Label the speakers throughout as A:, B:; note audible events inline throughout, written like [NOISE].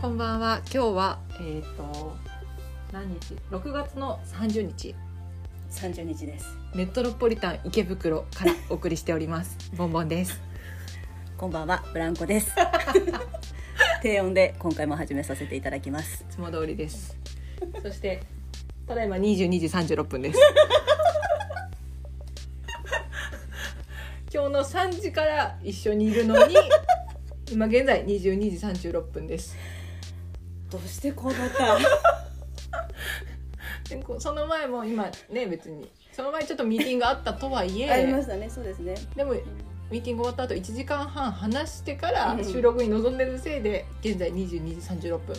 A: こんばんは。今日はえっ、と何日？6月の30日。
B: 三十日です。
A: メトロポリタン池袋からお送りしており [LAUGHS] ます。ボンボンです。
B: こんばんは、ブランコです。 [LAUGHS] 低音で今回も始めさせていただきます。
A: いつも通り [LAUGHS] です。そしてただいま22時36分です。 [LAUGHS] 今日の3時から一緒にいる [LAUGHS] のに、今現在22時36分です。
B: どうしてこうな [LAUGHS] った？
A: でこうその前も今ね別にその前ちょっとミーティングがあったとはい
B: ありま
A: え、
B: したね。そうですね。
A: でもミーティング終わった後1時間半話してから
B: うん
A: 収録に臨んでるせいで現在22時36分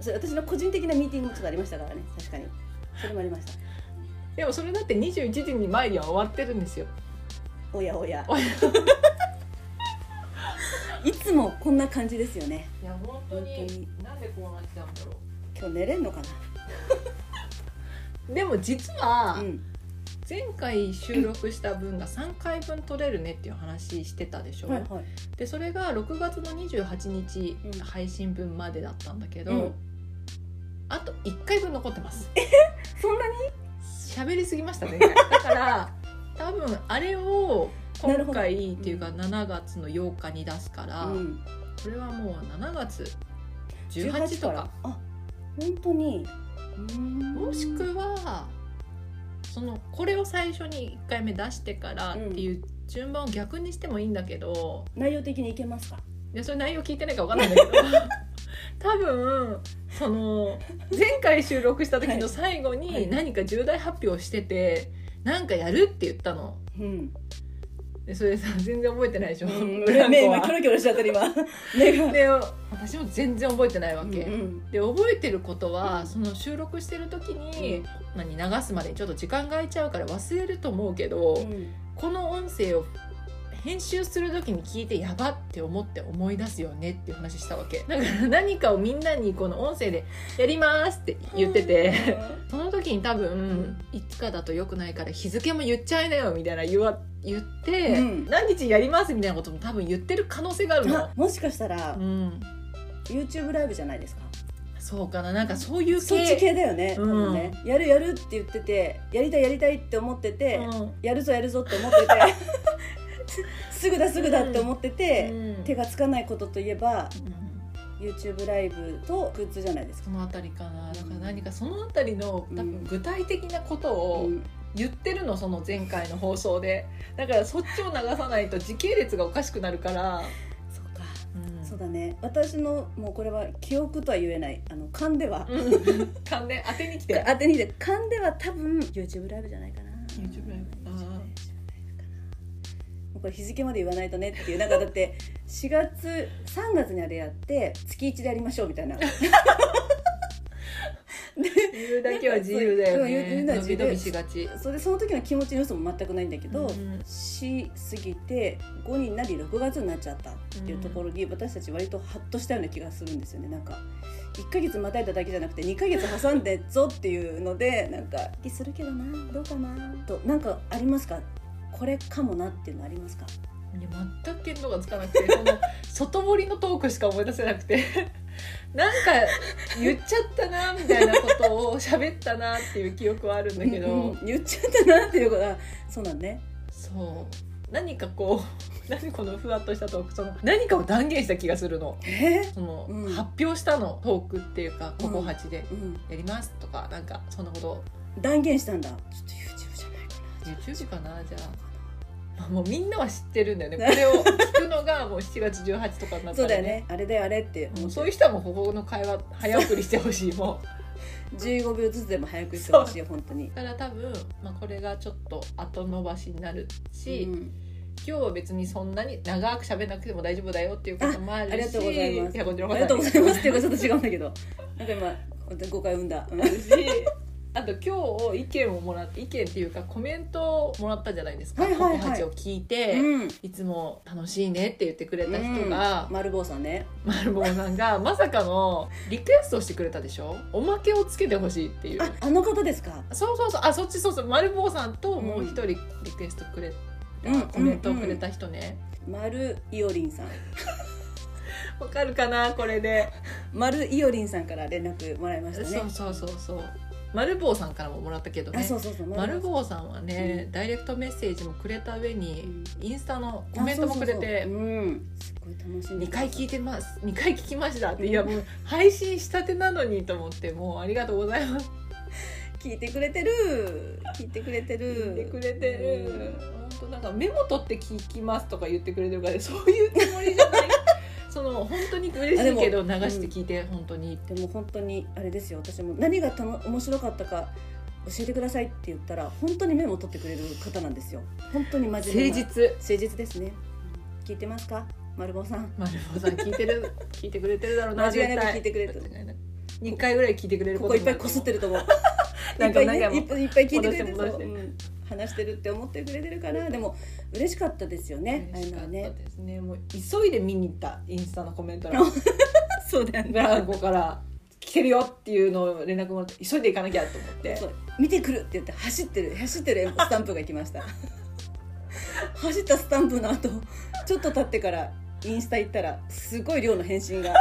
B: それ私の個人的なミーティングもちょっとありましたからね。確かに。それもありました。
A: でもそれだって21時に前には終わってるんですよ
B: おやお [LAUGHS] や
A: おや。
B: いつもこんな感じですよね。
A: いや本
B: 当に本当に
A: なんでこうなっちゃうんだろ
B: 今日寝れんのか
A: うでも実は
B: な。うん。
A: 前回収録した分が3回分取れるねっていう話してたでしょ、
B: はいはい。
A: でそれが6月の28日
B: うん
A: 配信分までだったんだけど、
B: うん
A: あと1回分残ってます
B: [LAUGHS] そんなに？
A: 喋りすぎましたねだ
B: [LAUGHS]
A: から多分あれを
B: なる
A: 今
B: ほど
A: 回っていうか7月の8日に出すから、
B: うん。
A: これはもう7月18とか。
B: あ、本当に。
A: も
B: も
A: しくはそのこれを最初に1回目出してからっていう順番を逆にしてもいいんだけど、
B: 内容的にいけますか？
A: いやそれ内容聞いてないか分かんないんだけ
B: [LAUGHS]
A: ど多分その前回収録した時の最後
B: はいは
A: に
B: い
A: 何か重大発表しててなんかやるって言ったの。
B: うん。
A: でそれさ全然覚えてないでしょ、
B: うん、
A: ブラン
B: 目
A: コ
B: 今
A: は
B: キョロキョロしちゃってる今目が、
A: で私も全然覚えてないわけ、
B: うんうん
A: で覚えてることは、
B: うん
A: その収録してる時
B: う
A: に
B: ん、
A: 何流すまでにちょっと時間が空いちゃうから忘れると思うけど、
B: うん
A: この音声を編集する時に聞いてやばって思って思い出すよねっていう話したわけだから何かをみんなにこの音声で「やります」って言って
B: [LAUGHS]
A: て、その時に多分いつかだと良くないから日付も言っちゃいなよみたいな言わ言って、
B: うん
A: 何日やりますみたいなことも多分言ってる可能性があるの
B: あ。もしかしたら、
A: うん
B: YouTube ライブじゃないですか
A: そうかななんかそういう系
B: そっち系だよね,、
A: うん
B: 多分ねやるやるって言っててやりたいやりたいって思ってて、
A: うん
B: やるぞやるぞって思ってて [LAUGHS] すぐだすぐだって思ってて、
A: うん
B: 手がつかないことといえば
A: うん、
B: YouTube ライブとグッズじゃないですか、
A: そのあたりかなだから何かそのあたりの多
B: う
A: 分
B: ん
A: 具体的なこと
B: う
A: を
B: ん
A: 言ってるのその前回の放送でだからそっちを流さないと時系列がおかしくなるから、
B: そうか
A: うん
B: そうだね私のもうこれは記憶とは言えないあの勘では、
A: うん勘で当てに来て
B: 当てにで勘では多分 YouTube ライブじゃないかな
A: YouTube ライブあー
B: YouTube ライブかなもうこれ日付まで言わないとねっていうなんか
A: [LAUGHS]
B: だって4月3月にあれやって月1でやりましょうみたいなで
A: 理由だけは自由だよ
B: うん言
A: ね
B: うのは
A: 伸
B: 自由
A: び伸びしがち
B: それでその時の気持ちの嘘も全くないんだけど、
A: うん
B: しすぎて5になり6月になっちゃったっていうところに私たち割とハッとしたような気がするんですよねなんか1ヶ月またいだだけじゃなくて2ヶ月挟んでっぞっていうのでなんか「気するけどなどうかな」となんかありますかこれかもなっていうのありますか
A: いや全く見当がつかなくてその外堀のトークしか思い出せなくて [LAUGHS] なんか言っちゃったなみたいなことを喋ったなっていう記憶はあるんだけど、
B: うんうん言っちゃったなっていうことはそうなんね
A: そう何かこう何このふわっとしたトークその何かを断言した気がするの
B: え
A: その、
B: うん
A: 発表したのトークっていうか「ここ8で
B: ーうん、
A: やります」とかなんかそんなこと
B: 断言したんだちょっと YouTube じゃないかな
A: YouTube かなじゃあ、まあもうみんなは知ってるんだ
B: [LAUGHS]
A: よねこれを聞くのがもう7月18とかになったら、ね、
B: そうだよねあれだよあれって
A: も
B: 思
A: う
B: っ
A: そう
B: て
A: いう人はもうここの会話早送りしてほしいも
B: 15秒ずつでも早くしてほしい本当に
A: う。だから多分、まあ、これがちょっと後延ばしになるし、
B: うん
A: 今日は別にそんなに長く喋んなくても大丈夫だよっていうこともあるし
B: ありがとうございます
A: やこちら
B: あ
A: こ
B: り
A: そ
B: がとうございますっていうかちょっと違うんだけどなんか今本当に誤解を生んだ、うん
A: し [LAUGHS] あと今日意見をもらって意見っていうかコメントをもらったじゃないですか「
B: はいはいはい
A: ココハチを聞いて、
B: うん
A: いつも楽しいねって言ってくれた人が、
B: 丸坊さんね
A: マルボーさん
B: [LAUGHS]
A: がまさかのリクエストをしてくれたでしょおまけをつけてほしいっていう
B: ああの方ですか
A: そうそうそうあそっちそうそうマルボーさんともう一人リクエストくれた、
B: うん
A: コメントをくれた人ね、
B: 丸いおりんさん
A: わかるかなこれで、
B: 丸いおりんさんから連絡もらいましたね
A: そうそうそうそう丸坊さんからももらったけど
B: あ
A: ね
B: そうそうそう
A: 丸坊さんはね、ダイレクトメッセージもくれた上に、
B: うん
A: インスタのコメントもくれて
B: あそうそうそううんすごい楽しんで
A: 2回聞いてます2回聞きましたって、
B: うん
A: いやもう配信したてなのにと思ってもうありがとうございます
B: 聞いてくれてる聞いてくれてる
A: 聞いてくれて
B: う
A: る
B: ん
A: 本当なんかメモ取って聞きますとか言ってくれてるからそういうつもりじゃ
B: [LAUGHS]
A: ないその本当に嬉しいけど流して聞いて本当に
B: でも本当にあれですよ私も何がたの面白かったか教えてくださいって言ったら本当にメモを取ってくれる方なんですよ本当に真
A: 誠
B: 面目な
A: 実
B: 誠実ですね聞いてますか丸坊さん
A: 丸坊さん聞いて
B: [LAUGHS]
A: る聞いてくれてるだろうな
B: 間違いなく聞いてくれてる
A: 2回ぐらい聞いてくれる
B: ここいっぱいこすってると思ういっぱいね
A: [LAUGHS] なんか
B: いっぱいいっぱい聞いてくれてる
A: 戻して戻して
B: うん話してるって思ってくれてるかなでも嬉しかったですよねああい
A: 嬉しか
B: うのは
A: った
B: ね
A: ですねもう急いで見に行ったインスタのコメント欄
B: [LAUGHS] そうだよね
A: ブランコから聞けるよっていうのを連絡もらって急いで行かなきゃと思って
B: そう見てくるって言って走ってる走っ
A: [LAUGHS]
B: てるスタンプが来ました走ったスタンプの後ちょっと経ってからインスタ行ったらすごい量の返
A: [LAUGHS]
B: 信が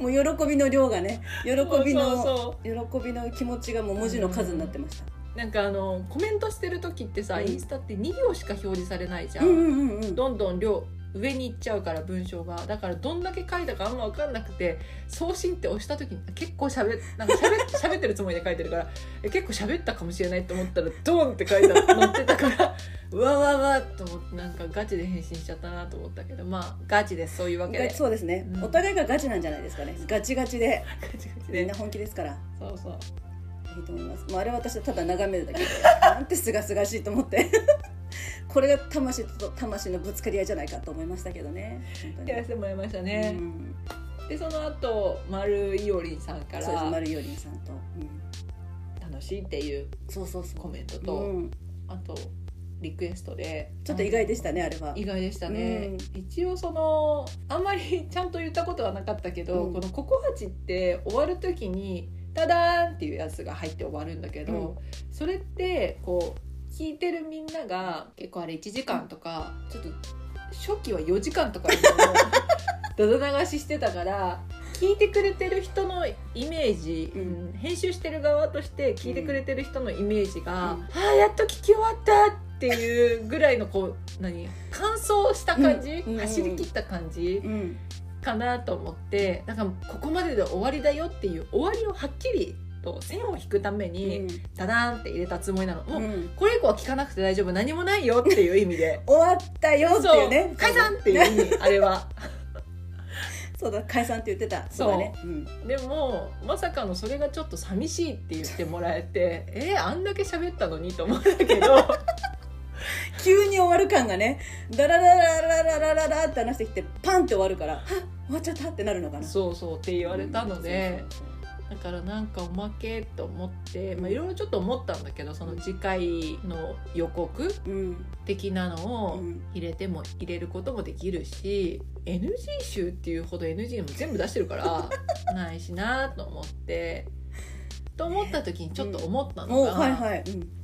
B: もう喜びの量がね喜びの
A: そうそ
B: 喜びの気持ちがもう文字の数になってました、
A: うなんかあのコメントしてる時ってさ、
B: うん
A: インスタって2行しか表示されないじゃん、
B: うんうんうんうん
A: どんどん量上に行っちゃうから文章がだからどんだけ書いたかあんま分かんなくて送信って押した時に結構しゃべなんかしゃべ喋ってるつ [LAUGHS] もりで書いてるからえ結構喋ったかもしれないと思ったらドンって書いてあ載ってたから [LAUGHS] うわわわと思ってなんかガチで返信しちゃったなと思ったけどまあガチですそういうわけで
B: がそうですね、
A: うん
B: お互いがガチなんじゃないですかねガチガチで
A: [LAUGHS] ガチガチ
B: みん
A: で
B: な本気ですから
A: そうそう
B: いいと思いますもうあれは私はただ眺めるだけでなんてすがすがしいと思って [LAUGHS] これが魂と魂のぶつかり合いじゃないかと思いましたけどね本当
A: やら
B: に
A: せてもらいましたね、
B: うん、
A: でその後丸いおりんさんか
B: そうです
A: ら
B: 丸いよりんさんと、うん、
A: 楽しいっていう
B: そうそうそ
A: コメント
B: う、
A: と、
B: うん、
A: あとリクエストで
B: ちょっと意外でしたねあれは
A: 意外でしたね、一応そのあんまりちゃんと言ったことはなかったけど、
B: うん
A: この「ココハチ」って終わる時に「ダダーン!」っていうやつが入って終わるんだけど、
B: うん
A: それってこう聞いてるみんなが結構あれ1時間とか、ちょっと初期は4時間とか [LAUGHS] でもダダ流ししてたから。聞いてくれてる人のイメージ、
B: うん
A: 編集してる側として聞いてくれてる人のイメージが、
B: うん
A: あーやっと聞き終わったっていうぐらいのこう [LAUGHS] 何乾燥した感じ、
B: うんうん
A: 走り切った感じ
B: うん
A: かなと思ってだからここまでで終わりだよっていう終わりをはっきりと線を引くために、ダダーンって入れたつもりなの。もう
B: うんうん
A: これ以降は聞かなくて大丈夫何もないよっていう意味で
B: 終わったよっていうね
A: そう解散っていう意味あれは [LAUGHS]
B: そうだ解散って言ってた
A: そう
B: だね、うん、
A: でもまさかのそれがちょっと寂しいって言ってもらえてえあんだけ喋ったのにと思ったけど
B: 急に終わる感がねダララララララララって話してきてパンって終わるからはっ終わっちゃったってなるのかな
A: そうそうって言われたので、
B: うんそうそうそう
A: だからなんかおまけと思ってまあいろいろちょっと思ったんだけどその次回の予告
B: うん
A: 的なの
B: う
A: を
B: ん
A: 入れても入れることもできるし NG 集っていうほど NG も全部出してるから
B: [LAUGHS]
A: ないしなと思ってと思った時にちょっと思った
B: お
A: の
B: はい
A: が
B: はい、うん